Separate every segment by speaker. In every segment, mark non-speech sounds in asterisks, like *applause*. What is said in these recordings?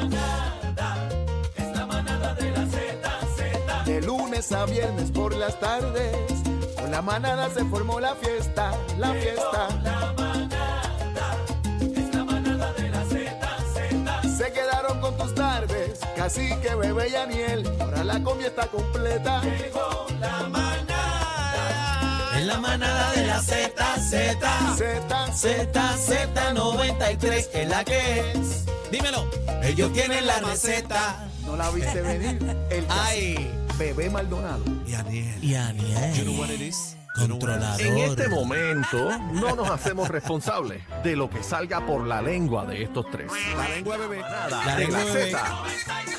Speaker 1: manada, es la manada de la Z, Z.
Speaker 2: De lunes a viernes por las tardes, con la manada se formó la fiesta, la fiesta.
Speaker 1: La manada, es la manada de la Z, Z.
Speaker 2: Se quedaron con tus tardes, cacique, bebé y Aniel, ahora la comida está completa.
Speaker 1: Llegó la manada, es la manada de la Z, Z.
Speaker 2: Z, Z,
Speaker 1: ZZ93 es la que es.
Speaker 3: Dímelo.
Speaker 1: Ellos tienen la receta.
Speaker 2: no la viste venir, el cacique,
Speaker 1: *laughs* Ay.
Speaker 2: bebé Maldonado.
Speaker 3: Y Aniel.
Speaker 4: Y Aniel.
Speaker 3: You know what it is? You know what it
Speaker 4: Controlador.
Speaker 5: En este momento no nos hacemos responsables de lo que salga por la lengua de estos tres.
Speaker 3: is. La lengua bebé.
Speaker 5: La
Speaker 3: lengua
Speaker 5: la
Speaker 3: bebé.
Speaker 5: Zeta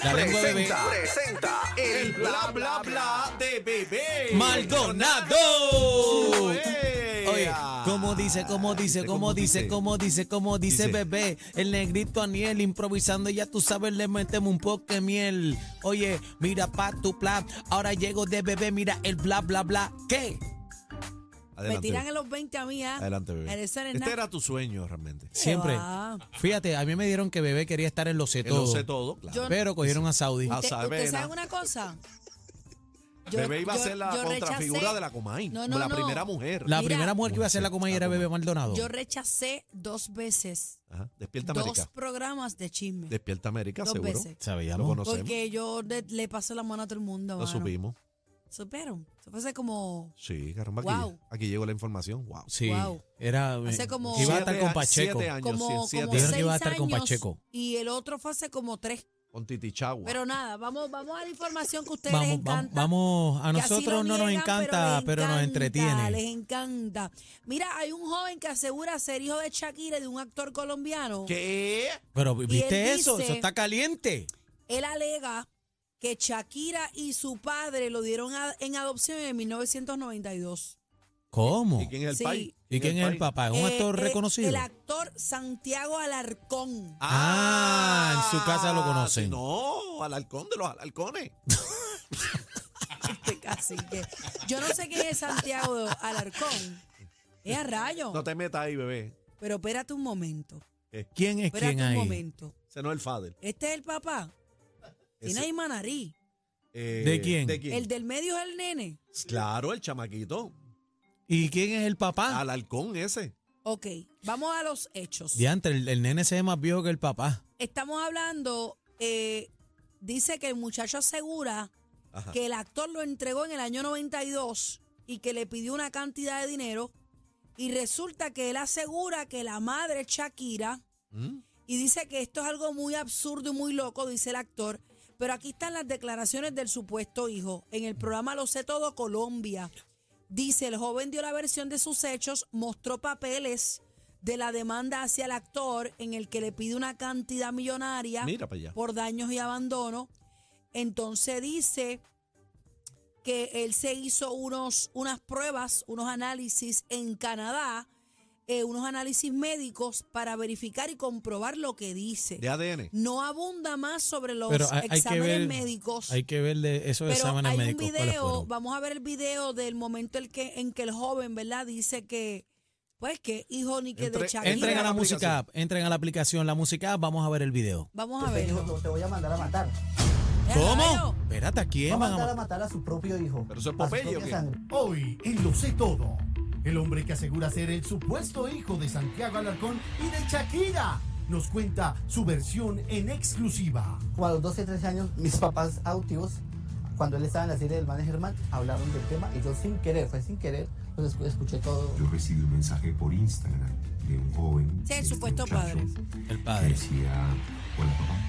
Speaker 3: La lengua bebé.
Speaker 5: presenta, presenta el bla bla bla de bebé.
Speaker 3: Maldonado.
Speaker 4: Oye, como dice, como dice, como dice, como dice, como dice,
Speaker 3: Dice.
Speaker 4: bebé. El negrito Aniel improvisando, ya tú sabes, le metemos un poco de miel. Oye, mira pa' tu plan. Ahora llego de bebé, mira el bla, bla, bla. ¿Qué?
Speaker 3: Adelante.
Speaker 6: Me tiran a los 20 a mí, ¿ah?
Speaker 3: Adelante, bebé.
Speaker 6: Eres ser
Speaker 3: Este
Speaker 6: nada.
Speaker 3: era tu sueño realmente.
Speaker 4: Siempre.
Speaker 6: va.
Speaker 4: Fíjate, a mí me dieron que bebé quería estar en los
Speaker 3: Él lo sé
Speaker 4: setos.
Speaker 3: todo, claro.
Speaker 6: Yo-
Speaker 4: Pero cogieron a Saudi.
Speaker 3: Ah,
Speaker 6: Usted-
Speaker 3: sabe,
Speaker 6: ¿Usted
Speaker 3: nena.
Speaker 6: sabe una cosa?
Speaker 3: bebé iba a ser la
Speaker 6: yo
Speaker 3: contrafigura
Speaker 6: rechacé-
Speaker 3: de la Comay.
Speaker 6: No, no,
Speaker 3: la
Speaker 6: no.
Speaker 3: primera mujer.
Speaker 4: La
Speaker 6: Mira.
Speaker 4: primera mujer que iba a ser la coma era bebé Maldonado.
Speaker 6: Yo rechacé dos veces
Speaker 3: Ajá. Despierta
Speaker 6: dos
Speaker 3: América.
Speaker 6: programas de chisme.
Speaker 3: Despierta América,
Speaker 6: Dos
Speaker 3: seguro.
Speaker 6: veces.
Speaker 3: Lo
Speaker 4: Sabíamos.
Speaker 3: conocemos.
Speaker 6: porque yo le, le pasé la mano a todo el mundo.
Speaker 3: Lo
Speaker 6: mano.
Speaker 3: supimos.
Speaker 6: Supieron. Eso fue hace como.
Speaker 3: Sí, caramba. Aquí,
Speaker 6: Wow.
Speaker 3: aquí llegó la información. Wow.
Speaker 4: Sí.
Speaker 6: Wow.
Speaker 4: Era.
Speaker 6: Hace como-
Speaker 4: que Iba a estar
Speaker 3: Siete
Speaker 4: con
Speaker 3: a-
Speaker 4: Pacheco.
Speaker 3: Siete años,
Speaker 6: Como,
Speaker 3: sí, siete
Speaker 6: como
Speaker 4: Dijeron
Speaker 6: seis
Speaker 4: que iba a estar con
Speaker 6: años,
Speaker 4: Pacheco.
Speaker 6: Y el otro fue hace como tres.
Speaker 3: Con Titi Chagua.
Speaker 6: Pero nada, vamos, vamos a la información que a ustedes les
Speaker 4: Vamos, vamos,
Speaker 6: encanta.
Speaker 4: vamos, a
Speaker 6: que así lo
Speaker 4: nosotros no nos
Speaker 6: niegan,
Speaker 4: encanta,
Speaker 6: les
Speaker 4: pero, nos
Speaker 6: encanta, Les
Speaker 4: entretiene.
Speaker 6: encanta. Mira, hay un joven que asegura ser hijo de Shakira y de un actor colombiano.
Speaker 3: ¿Qué?
Speaker 4: Pero
Speaker 6: él
Speaker 4: ¿viste eso?
Speaker 6: dice-
Speaker 4: eso está caliente.
Speaker 6: Él alega que Shakira y su padre lo dieron a- en adopción en 1992.
Speaker 4: ¿Cómo?
Speaker 3: ¿Y quién es el
Speaker 6: Sí.
Speaker 3: país?
Speaker 4: ¿Y quién es el
Speaker 3: país?
Speaker 4: papá? ¿Es un
Speaker 6: Eh,
Speaker 4: actor
Speaker 6: eh,
Speaker 4: reconocido?
Speaker 6: El actor Santiago Alarcón.
Speaker 4: Ah, en su casa lo conocen.
Speaker 3: sí, No, al halcón de los halcones.
Speaker 6: *laughs* Este cacique. Yo no sé quién es Santiago Alarcón. Es a rayo.
Speaker 3: No te metas ahí, bebé.
Speaker 6: Pero espérate un momento.
Speaker 7: Eh,
Speaker 4: ¿Quién es
Speaker 6: Espérate
Speaker 4: quién
Speaker 6: un
Speaker 4: ahí?
Speaker 6: momento.
Speaker 3: Ese no es el father.
Speaker 6: Este es el papá. Tiene
Speaker 3: Ese-
Speaker 6: ahí Manarí.
Speaker 3: eh,
Speaker 4: ¿De quién?
Speaker 3: ¿De quién?
Speaker 6: El del medio es el nene.
Speaker 3: Claro, el chamaquito.
Speaker 4: ¿Y quién es el papá?
Speaker 6: Ah.
Speaker 7: Ah.
Speaker 3: Al halcón ese.
Speaker 6: Ok, vamos a los hechos.
Speaker 4: Diantre, el, el nene se ve más viejo que el papá.
Speaker 6: Estamos hablando, eh, dice que el muchacho asegura
Speaker 3: Ajá.
Speaker 6: que el actor lo entregó en el año 92 y que le pidió una cantidad de dinero y resulta que él asegura que la madre es Shakira
Speaker 3: ¿Mm?
Speaker 6: y dice que esto es algo muy absurdo y muy loco, dice el actor. Pero aquí están las declaraciones del supuesto hijo. En el programa Lo sé todo Colombia. Dice, el joven dio la versión de sus hechos, mostró papeles de la demanda hacia el actor en el que le pide una cantidad millonaria
Speaker 3: Mira para allá.
Speaker 6: por daños y abandono. Entonces dice que él se hizo unos, unas pruebas, unos análisis en Canadá, eh, unos análisis médicos para verificar y comprobar lo que dice.
Speaker 3: De ADN.
Speaker 6: No abunda más sobre los
Speaker 4: Pero hay, hay que
Speaker 6: exámenes
Speaker 4: ver.
Speaker 6: médicos.
Speaker 4: Hay que ver de esos
Speaker 6: Pero
Speaker 4: exámenes
Speaker 6: hay un
Speaker 4: médicos. ¿cuáles
Speaker 6: video,
Speaker 4: fueron?
Speaker 6: vamos a ver el video del momento el que, en que el joven, ¿verdad? Dice que, pues que hijo ni que
Speaker 3: Entre-
Speaker 6: de Shakira.
Speaker 4: Entren a la
Speaker 3: la
Speaker 4: música
Speaker 3: aplicación.
Speaker 4: app, entren a la aplicación, la música app, vamos a ver el video.
Speaker 6: Vamos a
Speaker 8: Este hijo
Speaker 6: verlo.
Speaker 8: te, te voy a mandar a matar.
Speaker 4: ¿Cómo? Espérate, ¿a
Speaker 8: Va a
Speaker 4: quién van a
Speaker 8: mandar a
Speaker 4: ma-
Speaker 8: matar a su propio hijo.
Speaker 3: ¿Pero eso es
Speaker 8: a su
Speaker 3: Popeye o
Speaker 8: propia
Speaker 3: qué?
Speaker 8: sangre.
Speaker 7: Hoy en Lo sé todo, el hombre que asegura ser el supuesto hijo de Santiago Alarcón y de Shakira nos cuenta su versión en exclusiva.
Speaker 8: Como a los 12, 13 años, mis papás adoptivos, cuando él estaba en la serie del Manes Germán, hablaron del tema y yo sin querer, fue sin querer, los escu- escuché todo.
Speaker 9: Yo recibí un mensaje por Instagram de un joven.
Speaker 6: Sí, el
Speaker 9: de este
Speaker 6: supuesto
Speaker 9: muchacho,
Speaker 6: padre.
Speaker 4: El
Speaker 9: Que
Speaker 4: padre.
Speaker 9: decía, hola papá.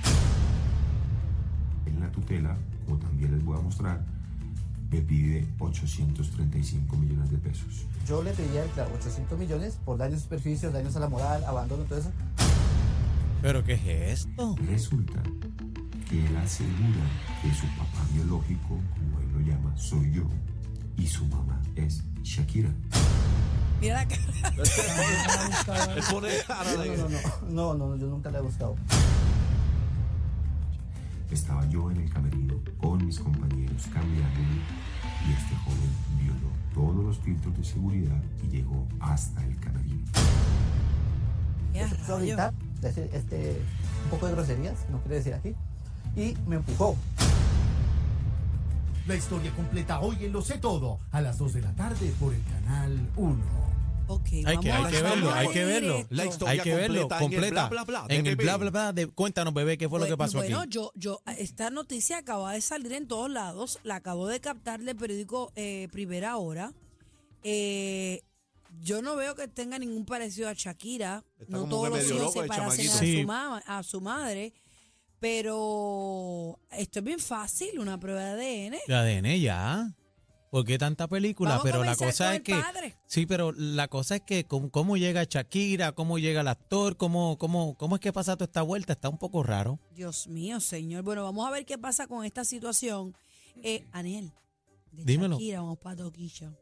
Speaker 9: En la tutela, como también les voy a mostrar, me pide 835 millones de pesos.
Speaker 8: Yo le pedía claro, 800 millones por daños superficios, daños a la moral, abandono, todo eso.
Speaker 4: ¿Pero qué es esto?
Speaker 9: Resulta que él asegura que su papá biológico, como él lo llama, soy yo, y su mamá es Shakira.
Speaker 6: Mira la cara.
Speaker 3: Él
Speaker 6: *laughs*
Speaker 3: pone cara
Speaker 8: No,
Speaker 3: de.
Speaker 8: no, no, no, no, no, no, yo nunca la he buscado.
Speaker 9: Estaba yo en el camerino con mis compañeros cambiándome y este joven violó todos los filtros de seguridad y llegó hasta el camerino.
Speaker 6: Mira,
Speaker 8: Empezó a
Speaker 6: rayos.
Speaker 8: gritar, decir este, un poco de groserías, no quiero decir aquí, y me empujó.
Speaker 7: La historia completa hoy en Lo Sé Todo, a las 2 de la tarde por el canal 1.
Speaker 6: Ok,
Speaker 4: Hay que, hay
Speaker 6: vamos
Speaker 4: que
Speaker 6: a-
Speaker 4: verlo,
Speaker 6: vamos a eh,
Speaker 4: hay que
Speaker 6: oír
Speaker 4: verlo.
Speaker 6: esto.
Speaker 3: La historia
Speaker 4: hay que verlo,
Speaker 3: completa en el
Speaker 4: completa.
Speaker 3: bla, bla, bla de
Speaker 4: En el
Speaker 3: bebé.
Speaker 4: bla, bla, bla de- cuéntanos, bebé, qué fue lo que
Speaker 6: Bueno,
Speaker 4: pasó aquí.
Speaker 6: Pues, bueno, yo, yo, esta noticia acaba de salir en todos lados, la acabo de captar del periódico eh, Primera Hora. Eh, yo no veo que tenga ningún parecido a Shakira.
Speaker 3: Está
Speaker 6: no
Speaker 3: como
Speaker 6: todos
Speaker 3: que
Speaker 6: los
Speaker 3: medio
Speaker 6: hijos
Speaker 3: loco
Speaker 6: se
Speaker 3: el
Speaker 6: parecen a
Speaker 3: chamaquito.
Speaker 4: Sí.
Speaker 6: su, ma- a su madre, pero esto es bien fácil, una prueba de ADN.
Speaker 4: La ADN ya. ¿Por qué tanta película?
Speaker 6: Vamos a
Speaker 4: pero la
Speaker 6: comenzar con
Speaker 4: cosa es
Speaker 6: el
Speaker 4: que.
Speaker 6: padre.
Speaker 4: Sí, pero la cosa es que cómo, cómo llega Shakira, cómo llega el actor, cómo, cómo, cómo es que pasa toda esta vuelta, está un poco raro.
Speaker 6: Dios mío, señor. Bueno, vamos a ver qué pasa con esta situación. Eh, Aniel, de
Speaker 4: Dímelo.
Speaker 6: Shakira, vamos para Toquilla.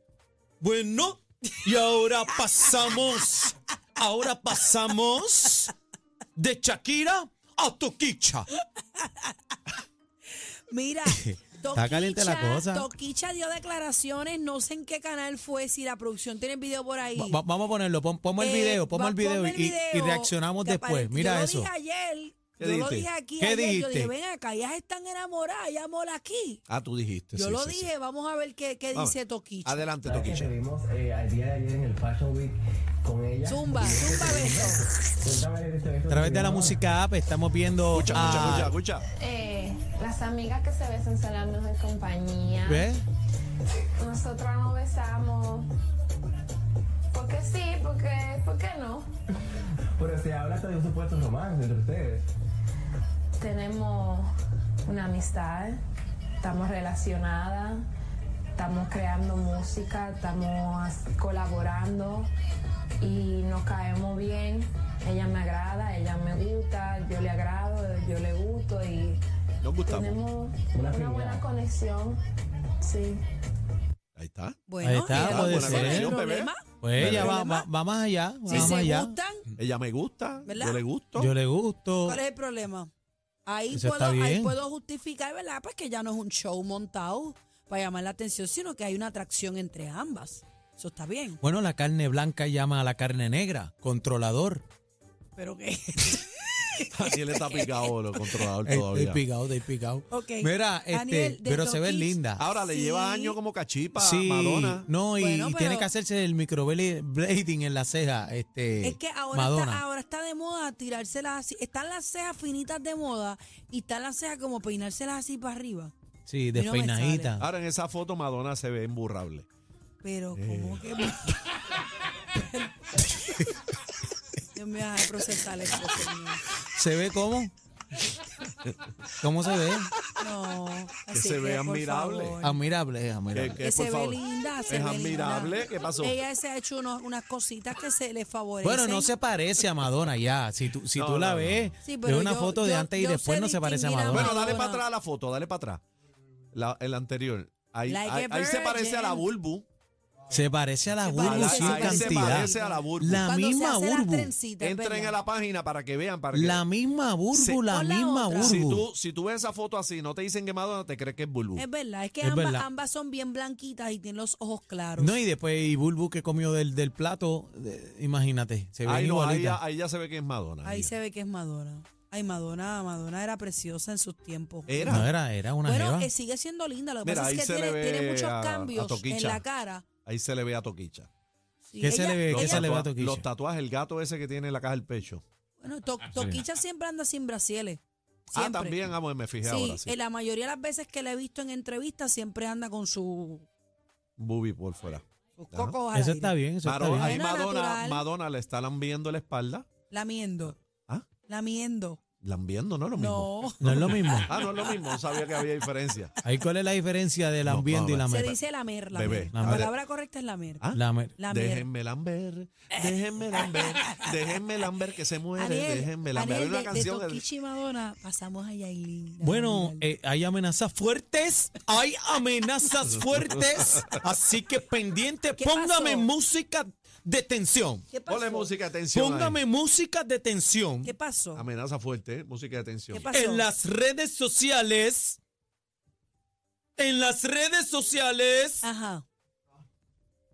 Speaker 4: Bueno, y ahora pasamos, ahora pasamos de Shakira a Toquicha.
Speaker 6: Mira,
Speaker 4: *laughs* Está caliente la
Speaker 6: Toquicha-
Speaker 4: cosa.
Speaker 6: Toquicha dio declaraciones, no sé en qué canal fue, si la producción tiene el video por ahí.
Speaker 4: vamos a ponerlo, pon, ponme el
Speaker 6: Eh,
Speaker 4: video, ponme
Speaker 6: va-
Speaker 4: el video,
Speaker 6: ponme
Speaker 4: y- y,
Speaker 6: video,
Speaker 4: reaccionamos
Speaker 6: que
Speaker 4: después.
Speaker 6: apare-
Speaker 4: Mira
Speaker 6: yo
Speaker 4: eso.
Speaker 6: Lo dije
Speaker 3: ¿Qué
Speaker 6: ayer, yo lo
Speaker 3: dijiste?
Speaker 6: dije aquí
Speaker 4: ¿Qué
Speaker 6: ayer, yo
Speaker 4: dijiste?
Speaker 6: dije, ven acá, ellas están enamoradas, hay amor aquí.
Speaker 3: Ah, tú dijiste.
Speaker 6: Yo
Speaker 3: sí,
Speaker 6: lo
Speaker 3: sí, sí.
Speaker 6: dije, Ah. vamos a ver qué, qué
Speaker 3: Vamos.
Speaker 6: dice Toquicha.
Speaker 3: Adelante, Toquicha.
Speaker 10: Estuvimos eh, al día de ayer en el Fashion Week con ella.
Speaker 6: Zumba, zumba, beso.
Speaker 10: Cuéntame de este
Speaker 4: A
Speaker 10: evento
Speaker 4: través
Speaker 10: que
Speaker 4: de la
Speaker 10: tuvimos.
Speaker 4: música app estamos viendo
Speaker 3: Escucha,
Speaker 4: a-
Speaker 3: escucha, escucha, escucha.
Speaker 11: Eh, las amigas que se besan son las mejor compañía.
Speaker 4: ¿Ves?
Speaker 11: Nosotros nos besamos. Porque sí, porque, ¿por qué no?
Speaker 10: Pero se habla hasta de un supuesto romance entre ustedes.
Speaker 11: Tenemos una amistad, estamos relacionadas, estamos creando música, estamos as- colaborando y nos caemos bien. Ella me agrada, ella me gusta, yo le agrado, yo le gusto y
Speaker 3: Nos gustamos.
Speaker 11: tenemos
Speaker 10: Una
Speaker 11: una buena
Speaker 10: afinidad.
Speaker 11: conexión. Sí.
Speaker 3: Ahí está.
Speaker 6: Bueno,
Speaker 4: Ahí está,
Speaker 6: mira,
Speaker 4: puede
Speaker 6: no hay
Speaker 4: ser.
Speaker 6: problema.
Speaker 4: Pues ella va,
Speaker 6: problema?
Speaker 4: va- va más allá, va
Speaker 6: Si
Speaker 4: más
Speaker 6: se
Speaker 4: allá.
Speaker 6: gustan,
Speaker 3: Ella me gusta,
Speaker 6: ¿Verdad?
Speaker 3: yo le gusto.
Speaker 4: Yo le gusto.
Speaker 6: ¿Cuál es el problema? Ahí
Speaker 4: Eso
Speaker 6: puedo,
Speaker 4: está
Speaker 6: ahí
Speaker 4: bien.
Speaker 6: puedo justificar, ¿verdad? Pues que ya no es un show montado para llamar la atención, sino que hay una atracción entre ambas. Eso está bien.
Speaker 4: Bueno, la carne blanca llama a la carne negra, controlador.
Speaker 6: Pero que.
Speaker 3: Daniel está picado, lo
Speaker 4: *laughs*
Speaker 3: controlador
Speaker 4: El,
Speaker 3: todavía.
Speaker 4: picado, el picado.
Speaker 6: Ok.
Speaker 4: Mira, este,
Speaker 6: Daniel, de
Speaker 4: pero se ve
Speaker 6: Toquicha.
Speaker 4: linda.
Speaker 3: Ahora le lleva
Speaker 6: Sí.
Speaker 3: años como cachipa
Speaker 4: sí,
Speaker 3: Ah, Madonna.
Speaker 4: no, y,
Speaker 6: Bueno,
Speaker 4: y
Speaker 6: pero-
Speaker 4: tiene que hacerse el microblading en la ceja, este,
Speaker 6: *laughs* Es que ahora
Speaker 4: Madonna.
Speaker 6: está, ahora está de moda tirárselas así. Están las cejas finitas de moda y están las cejas como peinárselas así para arriba.
Speaker 4: sí,
Speaker 6: no me
Speaker 4: despeinadita.
Speaker 3: Ahora en esa foto Madonna se ve emburrable.
Speaker 4: Ah.
Speaker 6: Pero, ¿cómo que.? *laughs* Dios mío, deja de procesar esto, señor.
Speaker 4: ¿Se ve cómo? ¿Cómo se ve?
Speaker 6: No. así
Speaker 3: se ve
Speaker 6: por
Speaker 3: admirable.
Speaker 4: Ah,
Speaker 6: favor.
Speaker 4: Admirable,
Speaker 3: Que,
Speaker 4: admirable.
Speaker 3: que,
Speaker 6: que
Speaker 3: Eh, por
Speaker 6: se
Speaker 3: favor.
Speaker 6: ve linda. se
Speaker 3: es
Speaker 6: ve
Speaker 3: admirable.
Speaker 6: linda.
Speaker 3: ¿Qué pasó?
Speaker 6: Ella se ha hecho unos- unas cositas que se le favorecen.
Speaker 4: Bueno, no se parece a Madonna ya. Si tú, si
Speaker 3: No,
Speaker 4: tú
Speaker 3: no,
Speaker 4: la
Speaker 3: no.
Speaker 4: ves,
Speaker 6: Sí,
Speaker 4: es
Speaker 6: pero
Speaker 4: una
Speaker 6: yo-
Speaker 4: foto de
Speaker 6: yo-
Speaker 4: antes y
Speaker 6: yo
Speaker 4: después
Speaker 6: sé
Speaker 4: no se parece a
Speaker 6: distinguir a
Speaker 4: Madonna.
Speaker 3: Bueno, dale
Speaker 6: Madonna.
Speaker 3: para atrás la foto, dale para atrás. La- el anterior. Ahí,
Speaker 6: Like
Speaker 3: ahí-
Speaker 6: a
Speaker 3: ahí se
Speaker 6: virgin.
Speaker 3: parece a la Bulbu.
Speaker 4: Se parece a la
Speaker 6: Se
Speaker 4: Bulbu
Speaker 6: parece.
Speaker 4: sin
Speaker 6: Ahí se
Speaker 4: cantidad.
Speaker 3: parece a la Bulbu.
Speaker 4: La
Speaker 6: Cuando se
Speaker 4: misma
Speaker 6: hace las
Speaker 4: Bulbu.
Speaker 6: trencitas, es
Speaker 3: Entren
Speaker 6: verdad.
Speaker 3: a la página para que vean. Para que-
Speaker 4: La misma Bulbu, la
Speaker 6: Pon la
Speaker 4: misma
Speaker 6: otra.
Speaker 3: si,
Speaker 4: Bulbu.
Speaker 3: tú, si tú ves esa foto así, no te dicen que Madonna, te crees que es Bulbu.
Speaker 6: Es verdad, es que
Speaker 4: Es
Speaker 6: ambas,
Speaker 4: verdad.
Speaker 6: ambas son bien blanquitas y tienen los ojos claros.
Speaker 4: No, y después y Bulbu que comió del, del plato, de- imagínate, se ve
Speaker 3: Ahí, no, ahí, ya,
Speaker 4: igualita.
Speaker 3: ahí ya se ve que es Madonna.
Speaker 6: Ahí se ve que es Madonna. Ay, Madonna, Madonna era preciosa en sus tiempos.
Speaker 3: ah, Era.
Speaker 4: No, era, era una
Speaker 6: bueno,
Speaker 4: jeva.
Speaker 6: eh, sigue siendo linda. Lo que
Speaker 3: Mira,
Speaker 6: pasa
Speaker 3: ahí
Speaker 6: es que
Speaker 3: se
Speaker 6: tiene,
Speaker 3: le
Speaker 6: tiene
Speaker 3: ve
Speaker 6: muchos
Speaker 3: a- a
Speaker 6: cambios en
Speaker 3: Toquicha.
Speaker 6: la cara.
Speaker 3: Ahí se le ve a Toquicha.
Speaker 6: Sí,
Speaker 4: ¿Qué se le ve?
Speaker 3: Los
Speaker 4: ¿Qué se le ve a
Speaker 3: tatua-
Speaker 4: Toquicha?
Speaker 3: Los tatuajes, el gato ese que tiene en la caja del pecho.
Speaker 6: Bueno, To- Toquicha siempre anda sin brasiles.
Speaker 3: Ah,
Speaker 6: Siempre.
Speaker 3: también, ah, bueno, me fijé
Speaker 6: Sí,
Speaker 3: ahora. Sí.
Speaker 6: en la mayoría de las veces que la he visto en entrevistas siempre anda con su,
Speaker 3: Bubi por fuera.
Speaker 6: sus
Speaker 3: Ajá.
Speaker 6: cocos al
Speaker 4: Eso
Speaker 6: aire,
Speaker 4: está bien, eso está
Speaker 3: Madonna, ahí
Speaker 4: bien.
Speaker 6: Bueno,
Speaker 3: Madonna,
Speaker 6: natural.
Speaker 3: Madonna le está lambiendo la espalda.
Speaker 6: Lamiendo.
Speaker 3: ¿Ah?
Speaker 6: Lamiendo.
Speaker 3: Lambiendo, no es lo mismo.
Speaker 6: No.
Speaker 4: No es lo
Speaker 6: *laughs*
Speaker 4: mismo.
Speaker 3: Ah, no es lo mismo, no sabía que había diferencia.
Speaker 4: Ahí cuál es la diferencia del
Speaker 3: No,
Speaker 4: ambiente y la
Speaker 6: Se
Speaker 4: meta.
Speaker 6: dice lamer, lamer.
Speaker 3: Bebé.
Speaker 6: La
Speaker 4: Lamer.
Speaker 6: palabra correcta es lamer.
Speaker 3: Ah,
Speaker 4: La mer-
Speaker 6: Lamer.
Speaker 3: Déjenme lamber, déjenme lamber, déjenme lamber que se muere,
Speaker 6: Aniel,
Speaker 3: déjenme lamber. Hay
Speaker 6: Aniel,
Speaker 3: una
Speaker 6: de,
Speaker 3: canción
Speaker 6: de
Speaker 3: que-
Speaker 6: Toquicha y Madonna pasamos a Yailin.
Speaker 4: Bueno,
Speaker 6: Dale, dale.
Speaker 4: eh, hay amenazas fuertes, hay *laughs* amenazas fuertes, así que pendiente,
Speaker 6: ¿Qué
Speaker 4: póngame
Speaker 6: pasó?
Speaker 4: música de tensión.
Speaker 6: ¿Qué pasó?
Speaker 3: Ponle música de tensión. ahí.
Speaker 4: Póngame música de tensión.
Speaker 6: ¿Qué pasó?
Speaker 3: Amenaza fuerte, ¿eh? música de tensión.
Speaker 6: ¿Qué pasó?
Speaker 4: En las redes sociales, en las redes
Speaker 6: Ah.
Speaker 4: sociales,
Speaker 6: Ajá.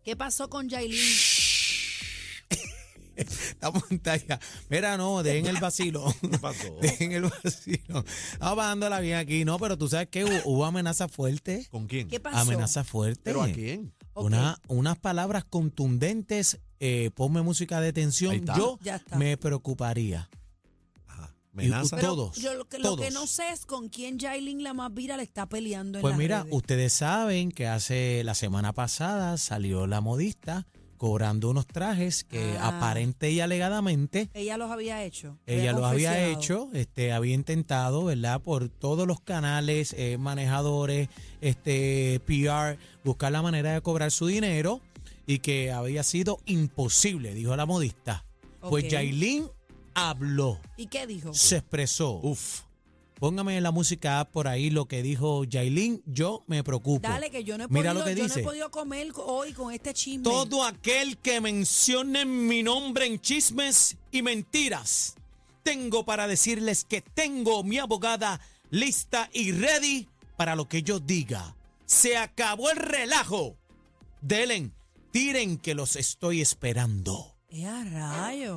Speaker 6: ¿Qué pasó con Yailin?
Speaker 4: La pantalla. Mira, no, dejen el
Speaker 6: *laughs*
Speaker 4: vacilo. *laughs* Dejen el vacilo. Estamos pasándola bien aquí. No, pero tú sabes que hubo, hubo amenaza fuerte.
Speaker 3: ¿Con quién?
Speaker 6: ¿Qué pasó?
Speaker 4: Amenaza fuerte.
Speaker 3: ¿Pero a quién?
Speaker 4: Una- unas palabras contundentes. eh, ponme música de
Speaker 3: Ahí
Speaker 4: tensión.
Speaker 3: está.
Speaker 4: Yo
Speaker 6: Ya está.
Speaker 4: me preocuparía.
Speaker 3: Amenaza.
Speaker 4: Pero- Todos,
Speaker 6: Yo lo que, lo que
Speaker 4: todos.
Speaker 6: no sé es con quién Jailin la más viral está peleando en
Speaker 4: Pues
Speaker 6: las
Speaker 4: mira,
Speaker 6: redes.
Speaker 4: ustedes saben que hace la semana pasada salió la modista cobrando unos trajes que
Speaker 6: Ah.
Speaker 4: aparente y alegadamente
Speaker 6: Ella los había hecho.
Speaker 4: Ella lo había
Speaker 6: confeccionado.
Speaker 4: hecho, este, había intentado, ¿verdad? Por todos los canales, eh, manejadores, este, PR, buscar la manera de cobrar su dinero y que había sido imposible, dijo la modista. Pues
Speaker 6: Ok.
Speaker 4: Yailin habló,
Speaker 6: ¿Y qué dijo?
Speaker 4: se expresó. Uf. Póngame la música por ahí lo que dijo Yailin, yo me preocupo.
Speaker 6: Dale, que yo no he,
Speaker 4: Mira
Speaker 6: podido,
Speaker 4: lo que
Speaker 6: yo no he
Speaker 4: dice.
Speaker 6: podido comer hoy con este chisme.
Speaker 4: Todo aquel que mencione mi nombre en chismes y mentiras, tengo para decirles que tengo mi abogada lista y ready para lo que yo diga. Se acabó el relajo. Delen, tiren que los estoy esperando.
Speaker 6: ¡Eh, a rayo!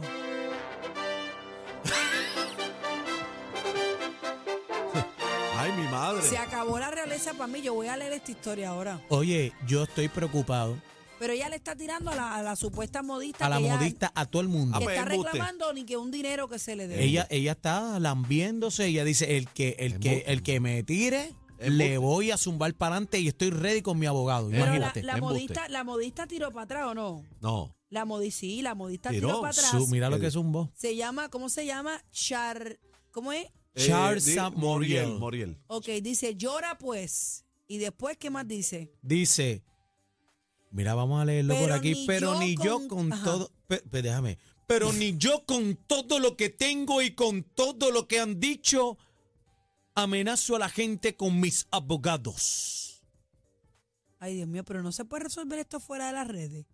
Speaker 3: Ay, mi madre.
Speaker 6: Se acabó la realeza para mí. Yo voy a leer esta historia ahora.
Speaker 4: Oye, yo estoy preocupado.
Speaker 6: Pero ella le está tirando a la, a la supuesta modista.
Speaker 4: A la
Speaker 6: que ella-
Speaker 4: modista, Ah, pues, a todo el mundo.
Speaker 6: que está reclamando ni que un dinero que se le dé.
Speaker 4: Ella, ella está lambiéndose, ella dice, el que, el que, el que me tire, le voy a zumbar para adelante y estoy ready con mi abogado.
Speaker 6: Pero la,
Speaker 4: Imagínate.
Speaker 6: la modista, la modista tiró para atrás o no.
Speaker 3: No.
Speaker 6: La modista, sí, la modista tiró,
Speaker 4: Tiró,
Speaker 6: para atrás.
Speaker 4: su- mira lo que es un bo.
Speaker 6: Se llama, ¿cómo se llama? Char. ¿Cómo es?
Speaker 3: Eh,
Speaker 4: Charles
Speaker 3: di-
Speaker 4: Sam-
Speaker 3: Moriel.
Speaker 4: Moriel.
Speaker 3: Moriel.
Speaker 6: Ok, dice, llora pues. Y después, ¿qué más dice?
Speaker 4: Dice, mira, vamos a leerlo por
Speaker 6: Pero
Speaker 4: aquí,
Speaker 6: ni
Speaker 4: pero
Speaker 6: yo
Speaker 4: ni
Speaker 6: con-
Speaker 4: yo con
Speaker 6: Ajá.
Speaker 4: todo, pe- pe- déjame, pero ni yo con todo lo que tengo y con todo lo que han dicho, amenazo a la gente con mis abogados.
Speaker 6: Ay, Dios mío, pero no se puede resolver esto fuera de las redes.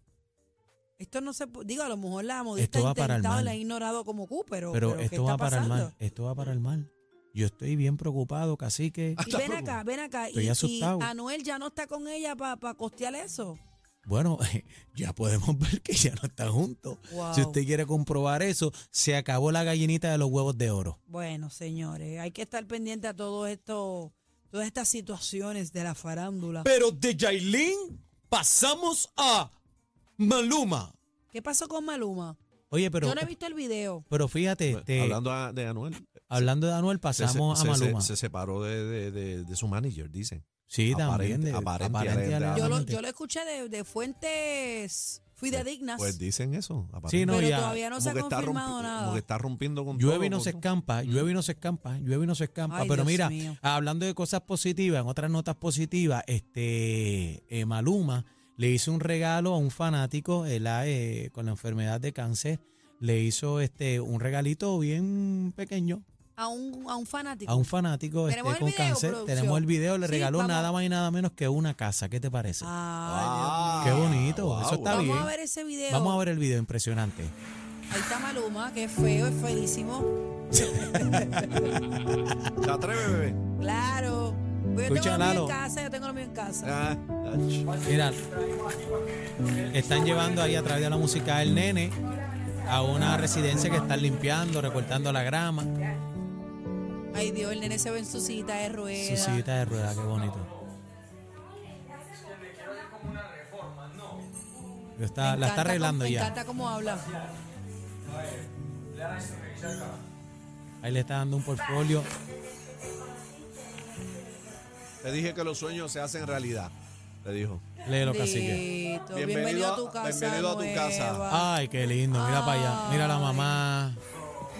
Speaker 6: Esto no se puede. Digo, a lo mejor la modista
Speaker 4: Esto
Speaker 6: ha
Speaker 4: va para el
Speaker 6: intentado,
Speaker 4: mal.
Speaker 6: la ha ignorado como Q, pero.
Speaker 4: Pero,
Speaker 6: ¿qué
Speaker 4: esto
Speaker 6: está
Speaker 4: va para el mal,
Speaker 6: pasando?
Speaker 4: esto va para el mal. Yo estoy bien preocupado, cacique.
Speaker 6: Y ven acá, ven acá.
Speaker 4: Estoy
Speaker 6: y, y
Speaker 4: asustado.
Speaker 6: Anuel ya no está con ella para costear eso.
Speaker 4: Bueno, *laughs* ya podemos ver que ya no está juntos.
Speaker 6: Wow.
Speaker 4: Si usted quiere comprobar eso, se acabó la gallinita de los huevos de oro.
Speaker 6: Bueno, señores, hay que estar pendiente a todo esto, todas estas situaciones de la farándula.
Speaker 4: Pero de Yailin pasamos a Maluma.
Speaker 6: ¿Qué pasó con Maluma?
Speaker 4: Oye, pero,
Speaker 6: Yo no he visto el video.
Speaker 4: pero fíjate, este, hablando,
Speaker 3: Pues, Hablando a- de Anuel.
Speaker 4: de Anuel,
Speaker 3: se-
Speaker 4: pasamos
Speaker 3: se-
Speaker 4: a
Speaker 3: se-
Speaker 4: Maluma.
Speaker 3: Se, separó de, de- de- de su manager, dicen.
Speaker 4: sí, también. de-
Speaker 3: aparente,
Speaker 4: aparente y
Speaker 3: aparente,
Speaker 6: Yo lo,
Speaker 4: alegadamente.
Speaker 6: yo lo escuché de, de fuentes fidedignas.
Speaker 3: Pues dicen eso.
Speaker 4: Sí, no,
Speaker 6: pero
Speaker 4: ya,
Speaker 6: todavía no se ha
Speaker 3: Como que está
Speaker 6: confirmado
Speaker 3: rompi-
Speaker 6: nada.
Speaker 3: Como que está rompiendo con todo.
Speaker 4: Llueve y no
Speaker 3: con
Speaker 4: se
Speaker 3: todo.
Speaker 4: escampa, llueve y no se escampa, llueve y no se escampa.
Speaker 6: Ay,
Speaker 4: Pero
Speaker 6: Dios
Speaker 4: mira,
Speaker 6: mío.
Speaker 4: hablando de cosas positivas, en otras notas positivas, este eh, Maluma le hizo un regalo a un fanático él, ah, eh, con la enfermedad de cáncer. Le hizo este un regalito bien pequeño
Speaker 6: A un, a un fanático.
Speaker 4: a un fanático este,
Speaker 6: Tenemos el
Speaker 4: con
Speaker 6: video,
Speaker 4: cáncer.
Speaker 6: producción.
Speaker 4: Tenemos el video, le
Speaker 6: Sí,
Speaker 4: regaló
Speaker 6: vamos. Ah,
Speaker 4: nada más y nada menos que una casa. ¿Qué te parece?
Speaker 6: Ay, Dios mío.
Speaker 4: Ah, Qué bonito, eso Ah, está
Speaker 6: Vamos
Speaker 4: bien.
Speaker 6: a ver ese video.
Speaker 4: Vamos a ver el video, impresionante.
Speaker 6: Ahí está Maluma, que es feo, es feísimo.
Speaker 3: ¿Te atreves, bebé?
Speaker 6: Claro. Pues yo
Speaker 4: Escucha,
Speaker 6: tengo lo mío
Speaker 4: Lalo.
Speaker 6: en casa, yo tengo lo mío en casa.
Speaker 3: Ah, ach.
Speaker 4: Mira, están llevando ahí a través de la música del nene a una residencia que están limpiando, recortando la grama.
Speaker 6: Ay, Dios, el nene se ve en su cita de
Speaker 4: Su
Speaker 6: ruedas.
Speaker 4: sillita de rueda, qué bonito. Lo está, la está arreglando
Speaker 6: Me
Speaker 4: ya.
Speaker 6: encanta cómo habla.
Speaker 4: Ahí le está dando un portfolio.
Speaker 3: Te dije que los sueños se hacen realidad. Te dijo.
Speaker 4: Léelo, cacique.
Speaker 3: Bienvenido
Speaker 6: Bendito, Bienvenido a
Speaker 3: a-
Speaker 6: tu casa.
Speaker 3: bienvenido a tu casa.
Speaker 6: nueva.
Speaker 4: Ay, qué lindo. Mira para allá. Mira la mamá.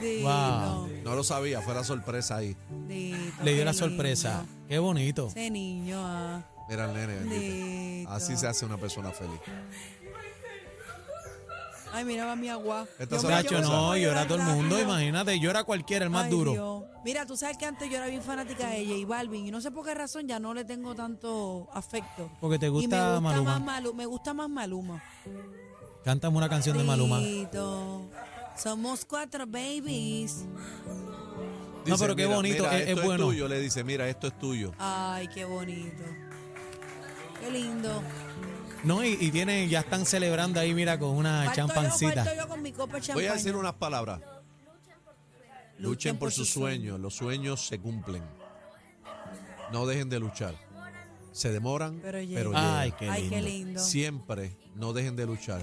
Speaker 6: Dino,
Speaker 4: Wow.
Speaker 3: No lo sabía, fue la sorpresa ahí.
Speaker 6: Dito,
Speaker 4: Le dio la
Speaker 6: qué
Speaker 4: sorpresa.
Speaker 6: lindo.
Speaker 4: Qué bonito.
Speaker 6: Ese niño, ah.
Speaker 3: Mira el nene. bendito.
Speaker 6: Bendito.
Speaker 3: Así se hace una persona feliz.
Speaker 6: Ay, mira, va mi agua.
Speaker 3: Esta
Speaker 6: Yo me-
Speaker 3: Pero
Speaker 4: Chacho,
Speaker 6: yo me
Speaker 4: no,
Speaker 6: pongo a
Speaker 4: llora
Speaker 6: llorar
Speaker 4: todo el mundo.
Speaker 6: rápido.
Speaker 4: Imagínate, llora cualquiera, el más
Speaker 6: Ay,
Speaker 4: duro.
Speaker 6: Dios. Mira, tú sabes que antes yo era bien fanática de J Balvin y no sé por qué razón ya no le tengo tanto afecto.
Speaker 4: Porque te
Speaker 6: Y me
Speaker 4: gusta Maluma.
Speaker 6: Más Malu- me gusta más Maluma.
Speaker 4: Cántame una canción de Maluma.
Speaker 6: Dito, Somos cuatro babies.
Speaker 4: No, pero qué
Speaker 3: mira,
Speaker 4: bonito,
Speaker 3: mira,
Speaker 4: es- es
Speaker 3: esto
Speaker 4: bueno.
Speaker 3: tuyo, le dice, mira, esto es tuyo.
Speaker 6: Ay, qué bonito. Qué lindo.
Speaker 4: No, y, y tiene, ya están celebrando ahí, mira, con una
Speaker 6: Falto yo,
Speaker 4: champancita.
Speaker 6: falto yo con mi copa
Speaker 3: Voy
Speaker 6: de
Speaker 3: a
Speaker 6: champaña.
Speaker 3: decir unas palabras. Luchen por sus sueños. Los sueños se cumplen. No dejen de luchar. Se demoran, pero
Speaker 6: Pero
Speaker 3: llegan.
Speaker 6: llegan. Ay, qué Ay, qué lindo. lindo.
Speaker 3: Siempre no dejen de luchar.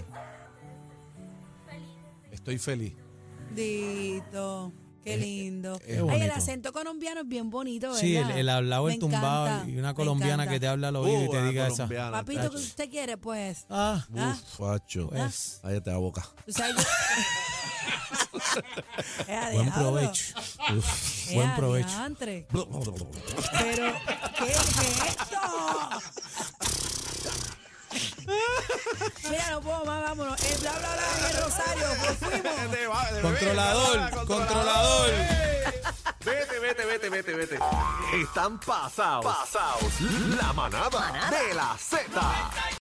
Speaker 3: Estoy feliz.
Speaker 6: Dito, qué lindo.
Speaker 3: es
Speaker 6: Ay, el
Speaker 4: bonito.
Speaker 6: acento colombiano es bien bonito, ¿verdad?
Speaker 4: Sí, el, el hablado,
Speaker 6: Me
Speaker 4: el tumbado
Speaker 6: encanta,
Speaker 4: y una
Speaker 6: me
Speaker 4: colombiana
Speaker 6: encanta.
Speaker 4: que te habla al oído y
Speaker 3: Uh,
Speaker 4: te
Speaker 3: una
Speaker 4: diga esa.
Speaker 3: colombiana,
Speaker 6: Papito, ¿qué
Speaker 3: tacho.
Speaker 6: usted quiere, pues?
Speaker 4: Ah,
Speaker 6: ¿Ah?
Speaker 3: Uf, facho.
Speaker 4: Pues.
Speaker 3: Cállate la boca.
Speaker 6: O sea,
Speaker 4: *laughs*
Speaker 6: yo... Ea,
Speaker 4: buen
Speaker 6: diablo. *laughs*
Speaker 4: provecho. Uf, buen
Speaker 6: Ea,
Speaker 4: provecho.
Speaker 6: diantre. Pero, ¿qué es
Speaker 4: *laughs*
Speaker 6: esto? Mira, no puedo más, vámonos. El bla, bla, bla, el Rosario, nos fuimos.
Speaker 4: Controlador, controlador.
Speaker 5: Vete, vete, vete, vete, vete. Están pasados. Pasados. La manada, de la Z.